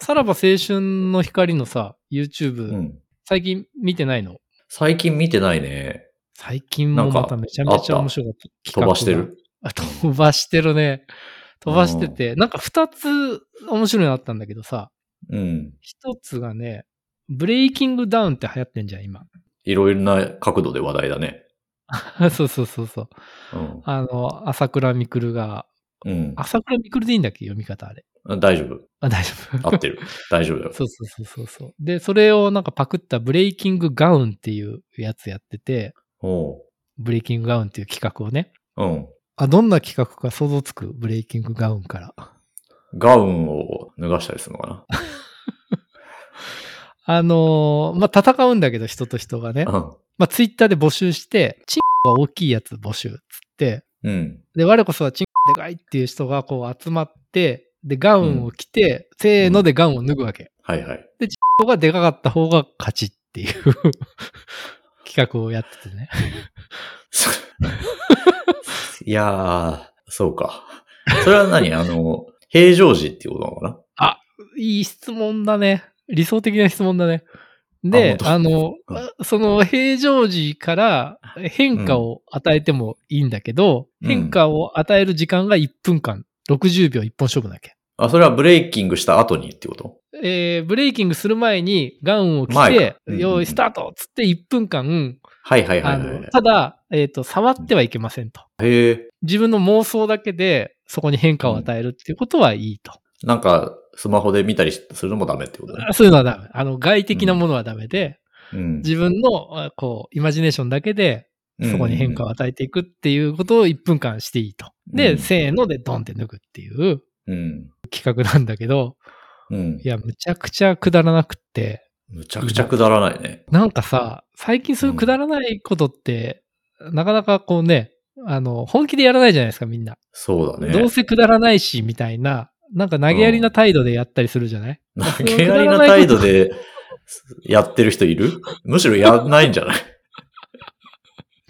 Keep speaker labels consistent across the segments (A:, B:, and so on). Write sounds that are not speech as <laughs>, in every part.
A: さらば青春の光のさ、YouTube、
B: うん。
A: 最近見てないの
B: 最近見てないね。
A: 最近もまためちゃめちゃ面白かった。
B: 飛ばしてる。
A: あ飛ばしてるね。飛ばしてて、なんか二つ面白いのあったんだけどさ、
B: うん。
A: 一つがね、ブレイキングダウンって流行ってんじゃん、今。 <laughs>
B: いろいろな角度で話題だね。
A: そうそうそうそう。
B: うん。
A: あの、朝倉未来が、
B: うん。
A: 朝倉未来でいいんだっけ読み方あれ。
B: あ大丈夫。
A: あ、大丈
B: 合
A: 夫。
B: <laughs> ってる。大丈夫だよ。
A: そうそうそうそうそう。で、それをなんかパクったブレイキングガウンっていうやつやってて、
B: おう。
A: ブレイキングガウンっていう企画をね。
B: うん。
A: あ、どんな企画か想像つくブレイキングガウンから。
B: ガウンを脱がしたりするのか
A: あのーまあ、戦うんだけど、人と人がね。
B: な
A: まあ、ツイッターで募集して、チンコが大きいやつ募集っつって、
B: うん。うん。
A: で、我こそはチンコでかいっていう人がこう集まって、で、ガウンを着て、せーのでガウンを脱ぐわけ。
B: はい <laughs> はい。
A: 人がでかかった方が勝ちっていう <laughs> 企画をやっててね。
B: いやー、そうか。それは <laughs> 何あの、平常時っていうことなのかない
A: い質問だね。理想的な質問だね。で、あ
B: あ
A: の
B: 本、当
A: その平常時から変化を与えてもいいんだけど、
B: うん
A: 変化を与える時間が1分間、60秒1本勝負だっけ。
B: あ、それはブレイキングした後にってこと
A: えー、ブレイキングする前にガウンを着
B: 前
A: て
B: か、うんうん
A: 用意スタートっつって1分間、
B: はいはいは
A: あ
B: いはい
A: の。ただ、えっ、と、触ってはいけませんと。
B: へえ。
A: 自分の妄想だけでそこに変化を与えるっていうことはいいと。
B: なんか、スマホで見たりするのもダメってことね。
A: そういうのはダメ。あの、外的なものはダメで、
B: うん。
A: 自分の、あこう、イマジネーションだけで、そこに変化を
B: は。
A: 与えていくっていうことを1分間していいと。で、
B: うん
A: せーのでドンって抜くっていう
B: うん。
A: 企画なんだけど、
B: うん
A: い。や、むちゃくちゃくだらなくって、
B: むちゃくちゃくだらないね。
A: なんかさ、最近そういうくだらないことって、なかなかこうね、あの、本気でやらないじゃないですか、みんな。
B: そうだね。
A: どうせくだらないし、みたいな、なんか投げやりな態度でやったりするじゃない、
B: 投げやりな態度でやってる人いるむしろやんないんじゃない <laughs>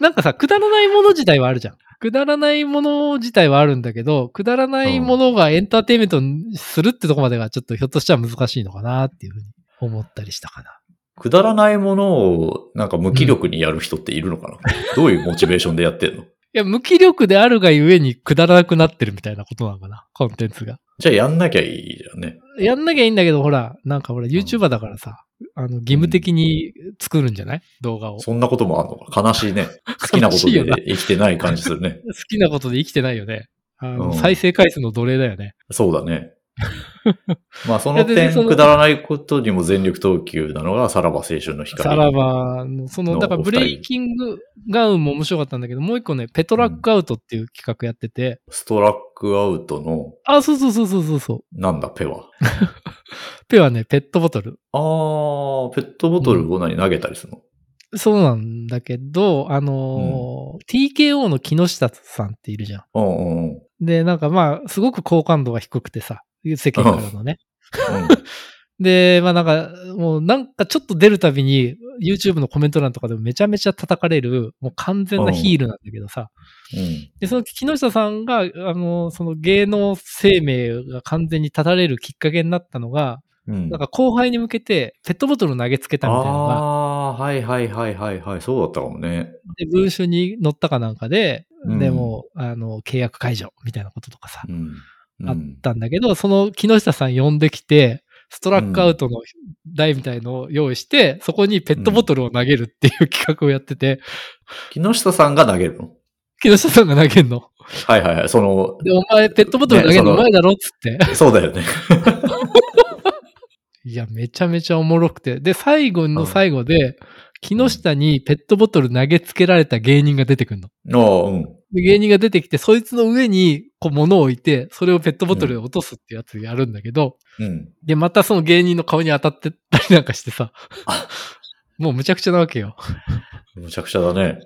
A: なんかさ、くだらないもの自体はあるじゃん。くだらないもの自体はあるんだけど、くだらないものがエンターテインメントにするってとこまでがちょっとひょっとしたら難しいのかなっていうふうに思ったりしたかな。
B: くだらないものをなんか無気力にやる人っているのか <laughs> な、どういうモチベーションでやってんの
A: いや、無気力であるがゆえにくだらなくなってるみたいなことなのかな、コンテンツが。
B: じゃあやんなきゃいいじゃんね。
A: やんなきゃいいんだけど、ほら、なんかほら、YouTuber だからさ、あの、義務的に作るんじゃない動画を。好
B: そんなこともあんのか <laughs> 悲しいね。好きなこ
A: <laughs>
B: とで生きてない感じするね。
A: きなことで生きてないよね。あの、
B: うん
A: 再生回数の奴隷だよね。
B: そうだ <laughs> ね。まあそ
A: いや
B: の
A: 全然
B: 点、
A: その
B: くだらないことにも全力投球なのが、さらば青春の光。
A: さらばの、その、
B: の
A: だから
B: お二人
A: ブレイキングガウンも面白かったんだけど、もう一個ね、ペトラックアウトっていう企画やってて、
B: ストラックアウトの、
A: あ、そうそうそうそうそうそう。
B: なんだ、ペは。
A: ペはね、ペットボトル。
B: あー、ペットボトルを何投げたりするの、
A: そうなんだけど、あのー TKO の木下さんっているじゃ
B: うん、うんうんうん。
A: ん。で、なんかまあ、すごく好感度が低くてさ、世間からのね。で、まあなんか、もうなんかちょっと出るたびに、YouTube のコメント欄とかでもめちゃめちゃ叩かれる、もう完全なヒールなんだけどさ、
B: うん。
A: で、その木下さんが、あの、その芸能生命が完全に立たれるきっかけになったのが、
B: うん。
A: なんか後輩に向けてペットボトルを投げつけたみたいなのが、
B: ああー、はいはいはいはいはい、そうだったかもね。
A: で、文春に乗ったかなんかで、
B: うん
A: でもう、あの、契約解除みたいなこととかさ、
B: うん。うん
A: あったんだけど、その木下さん呼んできて、ストラックアウトの台みたいのを用意して、そこにペットボトルを投げるっていう企画をやってて、
B: 木下さんが投げるの
A: 木下さんが投げんの。
B: はいはいはい、その、
A: で、お前ペットボトル投げるのうまいだろっつって。
B: そうだよね。 <laughs>
A: いや、めちゃめちゃおもろくて。で、最後の最後で、木下にペットボトル投げつけられた芸人が出てくるの。
B: ああ、うん。
A: で、芸人が出てきて、そいつの上に、こう、物を置いて、それをペットボトルで落とすってやつやるんだけど、
B: うん。
A: で、またその芸人の顔に当たってたりなんかしてさ、もうむちゃくちゃなわけよ。
B: むちゃくちゃだね。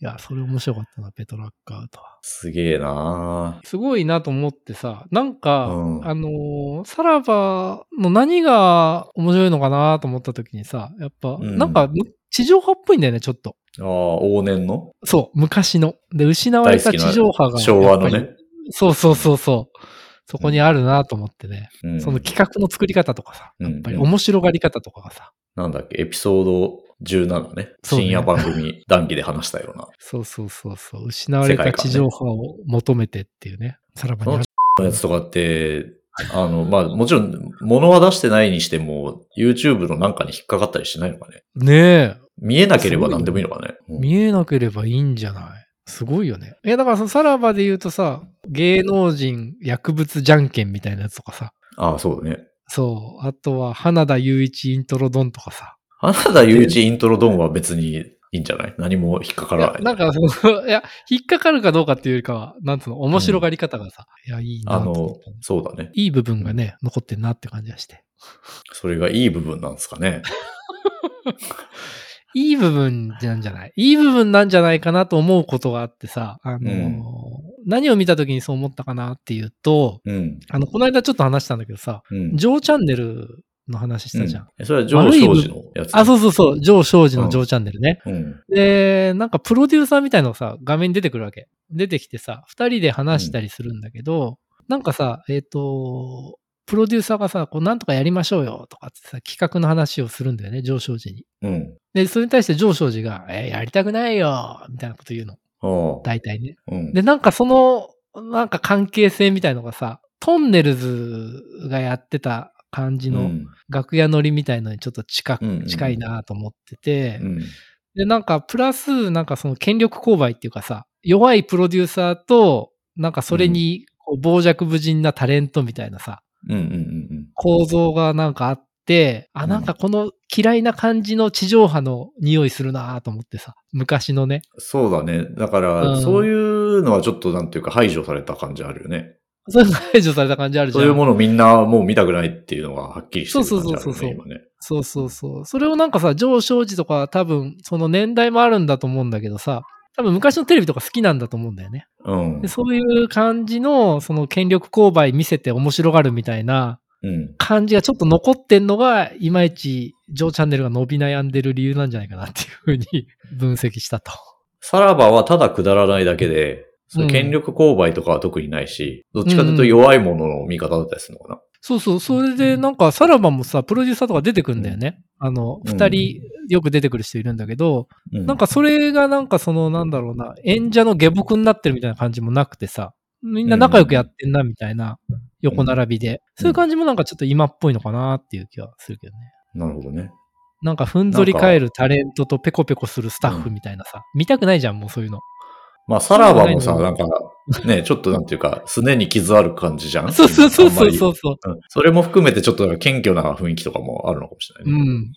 A: いや、それ面白かったな、ペトラッカーとは。
B: すげえな
A: すごいなと思ってさ、なんか、
B: うん
A: あのーさらばの何が面白いのかなと思った時にさ、やっぱ、
B: うん
A: なんか、地上波っぽいんだよね、ちょっと。
B: あああ、往年の
A: そう、昔の。で、失われ
B: 大好
A: た
B: きな
A: 地上波が。
B: 昭和の
A: やっぱ
B: ね
A: り。。そうそうそうそう。そこにあるなと思ってね、
B: うん
A: その企画の作り方とかさ、
B: うん
A: やっぱり面白がり方とかがさ、
B: なんだっけ、エピソード17ね。
A: そうね
B: 深夜番組、談義で話したような。
A: そうそうそうそう、失われた地上波を求めてっていうね、さらばにある。
B: のやつとかって、あの、まあ、もちろん、物は出してないにしても、YouTube のなんかに引っかかったりしないのかね。
A: ねえ、
B: 見えなければ何でもいいのかね。
A: 見えなければいいんじゃないすごいよね。いや、だからそのさらばで言うとさ、芸能人薬物じゃんけんみたいなやつとかさ、
B: ああ、そうだね。
A: そう、あとは花田雄一イントロドンとかさ、
B: 花田雄一イントロドンは別にいいんじゃない何も引っかか
A: い
B: ら
A: や
B: ない。
A: なんかその、い <laughs> や、引っかかるかどうかっていうよりかは、なんつうの、面白がり方がさ、いや、いいな
B: あ
A: と思っ
B: の
A: て、
B: そうだね。
A: いい部分がね、残ってんなって感じがして。
B: それがいい部分なんですかね。
A: いい部分なんじゃないいい部分なんじゃないかなと思うことがあってさ、あのー
B: うん
A: 何を見た時にそう思ったかなっていうと、
B: うん。
A: あの、この間ちょっと話したんだけどさ、
B: うん。
A: ジョーチャンネルの話したじゃん。
B: うんそれは上昇時のやつ。
A: あ、そうそうそう、ジョー・庄司のジョーチャンネルね。
B: う。うん。
A: で、なんかプロデューサーみたいのさ、画面に出てくるわけ。出てきてさ、二人で話したりするんだけど、なんかさ、えっ、と、プロデューサーがさ、こう、なんとかやりましょうよとかってさ、企画の話をするんだよね、上昇時に。
B: うん。
A: で、それに対して上昇時が、えーやりたくないよみたいなこと言うの。
B: ああ。
A: 大体ね。
B: うん。
A: で、なんかその、なんか関係性みたいのがさ、トンネルズがやってた感じ
B: う
A: の
B: ん
A: 楽屋乗りみたいのにちょっと近く、
B: うんうん
A: 近いなと思ってて、
B: うん。
A: で、なんか、プラス、なんかその権力勾配っていうかさ、弱いプロデューサーと、なんかそれに、こう、傍若無人なタレントみたいなさ、
B: うん。うん。うん。
A: 構造がなんかあって、
B: う
A: あ、
B: ん
A: なんかこの嫌いな感じの地上波の匂いするなと思ってさ、昔の
B: <laughs>
A: ね。
B: そうだね。だか
A: う
B: ら、
A: ん
B: そういうのはちょっとなんていうか排除された感じあるよね。
A: そういうの排除された感じあるじ
B: そ
A: ゃ。
B: うんいうものをみんなもう見たくないっていうのがはっきりしてる感じあるよね。
A: そうそうそうそうそう
B: 今ね。
A: そうそうそう。それをなんかさ、上昇時とか多分、その年代もあるんだと思うんだけどさ、多分昔のテレビとか好きなんだと思うんだよね。
B: うん
A: で。そういう感じの、その権力勾配見せて面白がるみたいな、
B: うん。
A: 感じがちょっと残ってんのが、いまいち、ジョーチャンネルが伸び悩んでる理由なんじゃないかなっていうふうに分析したと。
B: さらばはただくだらないだけで、そう
A: うん
B: 権力勾配とかは特にないし、どっちかというと弱いものの味方だったりするのかな。
A: そうそう、それでなんか、さらばもさ、プロデューサーとか出てくるんだよね。あの、
B: うん
A: 二人、よく出てくる人いるんだけど、
B: う
A: なんかそれがなんかその、なんだろうな、演者の下僕になってるみたいな感じもなくてさ、みんな仲良くやってんなみたいな、横並びで。そういう感じもなんかちょっと今っぽいのかなっていう気はするけどね。
B: なるほどね。
A: なんかふんぞり返るタレントとペコペコするスタッフみたいなさ、見たくないじゃん、もうそういうの。
B: まあ、さらばもさ、
A: そうな
B: なんか、ね、 <laughs> ちょっとなんていうか、すねに傷ある感じじゃん
A: そうそうそうそうそうう。そう。
B: んそれも含めてちょっとなんか謙虚な雰囲気とかもあるのかもしれな
A: う
B: いね。
A: ん。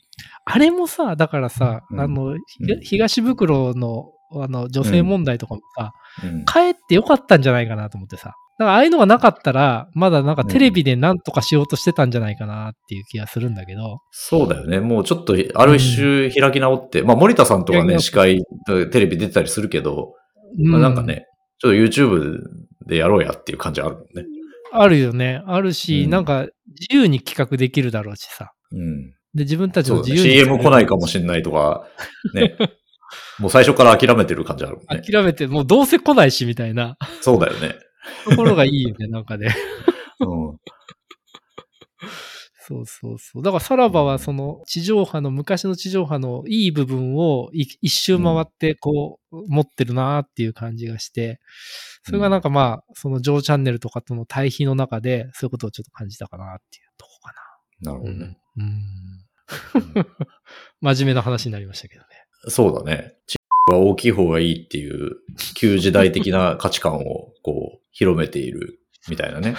A: あれもさ、だからさ、
B: うん
A: あの、ひが東袋のあの女性問題とかもさ、
B: うん
A: 帰ってよかったんじゃないかなと思ってさ。だからああいうのがなかったら、まだなんかテレビで何とかしようとしてたんじゃないかなっていう気がするんだけど。
B: そうだよね。もうちょっと、ある種開き直って、まあ、森田さんとか
A: 開
B: ね、司
A: き直
B: 会、テレビ出てたりするけど、
A: う
B: まあ、なんか。ね、ちょっと YouTube でやろうやっていう感じあるもんね。
A: あるよね。あるし、
B: うん
A: なんか自由に企画できるだろうしさ。
B: うん。
A: で、自分たち
B: そ
A: の
B: うだ
A: 自
B: ね。
A: 由に
B: CM 来ないかも
A: れ
B: しれないとか、
A: <laughs>
B: ね。もう最初から諦めてる感じあるもんね。
A: 諦めて、もうどうせ来ないしみたいな
B: そうだよね。
A: ところがいいよね、なんかね。
B: うん。
A: <laughs> そうそうそう。だからさらばはその地上波の昔の地上波のいい部分をい一周回ってこう持ってるなーっていう感じがして、それがなんかまあ、その上チャンネルとかとの対比の中でそういうことをちょっと感じたかなっていうとこか
B: なるほ
A: な。う
B: ど
A: ん。
B: ね。
A: うん <laughs> 真面目な話になりましたけどね。
B: そうだね。チップは大きい方がいいっていう、旧時代的な価値観を、こう、広めているみたいなね。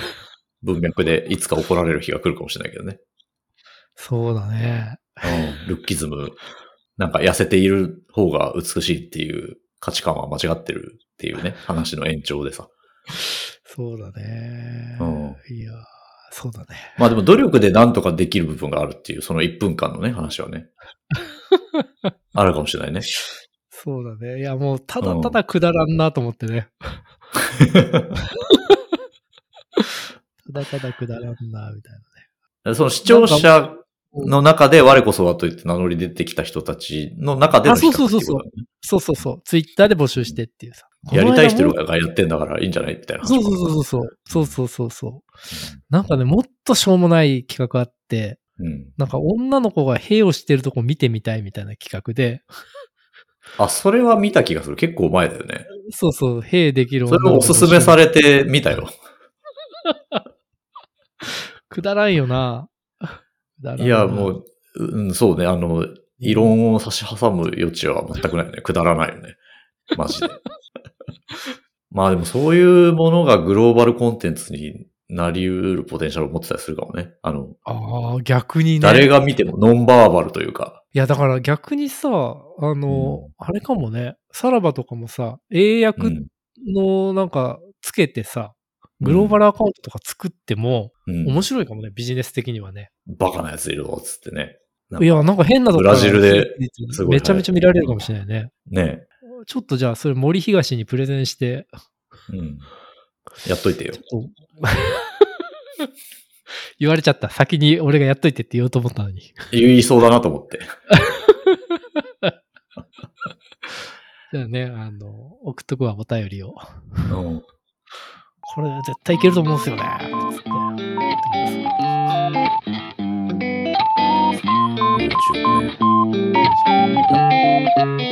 B: 文脈でいつか怒られる日が来るかもしれないけどね。
A: そうだね。
B: うん、ルッキズム。なんか痩せている方が美しいっていう価値観は間違ってるっていうね、話の延長でさ。
A: そうだね。
B: う
A: いやーそうだね。
B: まあでも努力でなんとかできる部分があるっていう、その1分間のね、話
A: <laughs>
B: はね。あるかもしれないね。
A: そうだね。いや、もうただただくだらんなと思って
B: <laughs>
A: ね。ただただくだらんな、みたいなね。
B: その視聴者の中で我こそはと言って名乗り出てきた人たちの中での人たち
A: あそうそうそう
B: ってことだね
A: そうそうそう。ツイッターで募集してっていうさ。
B: やりたい人
A: この間も
B: がやってんだからいいんじゃないみたいな話
A: そ
B: も
A: う
B: あ
A: そう
B: る
A: そうそう。そうそうそうそう。なんかね、もっとしょうもない企画あって、
B: うん。
A: なんか女の子が兵をしてるとこ見てみたいみたいな企画で、
B: あ、それは見た気がする。結構前だよね。
A: そうそう、兵できる
B: それをおすすめさ
A: れ。
B: れて見たよ。
A: くだらんよな。 <laughs> くだらんよない
B: や、もう、うん、そうね。あの、異論を差し挟む余地は全くないよね。くだらないよね。マジで。 <laughs> まあでもそういうものがグローバルコンテンツになり得るポテンシャルを持ってたりするかもね。あの、
A: ああ、逆にね。
B: 誰が見てもノンバーバルというか。
A: いや、だから逆にさ、あの、
B: うん
A: あれかもね、さらばとかもさ、英訳
B: うん
A: のなんかつけてさ、グローバルアカウントとか作っても、
B: うん
A: 面白いかもね、ビジネス的にはね。
B: バカなやついるぞ、つってね。なんか
A: いや、なんか変なとこ
B: ブラジルですす
A: ご
B: ご
A: いめ
B: い
A: ちゃめちゃ見られるかもしれないね。
B: ね。
A: ちょっとじゃあ、それ森東にプレゼンして、
B: うん。やっといてよ
A: ち。ょっと言われちゃった。先に俺がやっといてって言おうと思ったのに。
B: 言いそうだなと思って。
A: じゃあね、あの、送っとくわ、お便りを。
B: うん。
A: これ絶対いけると思うんですよね。つって送ってきます
B: YouTube ね。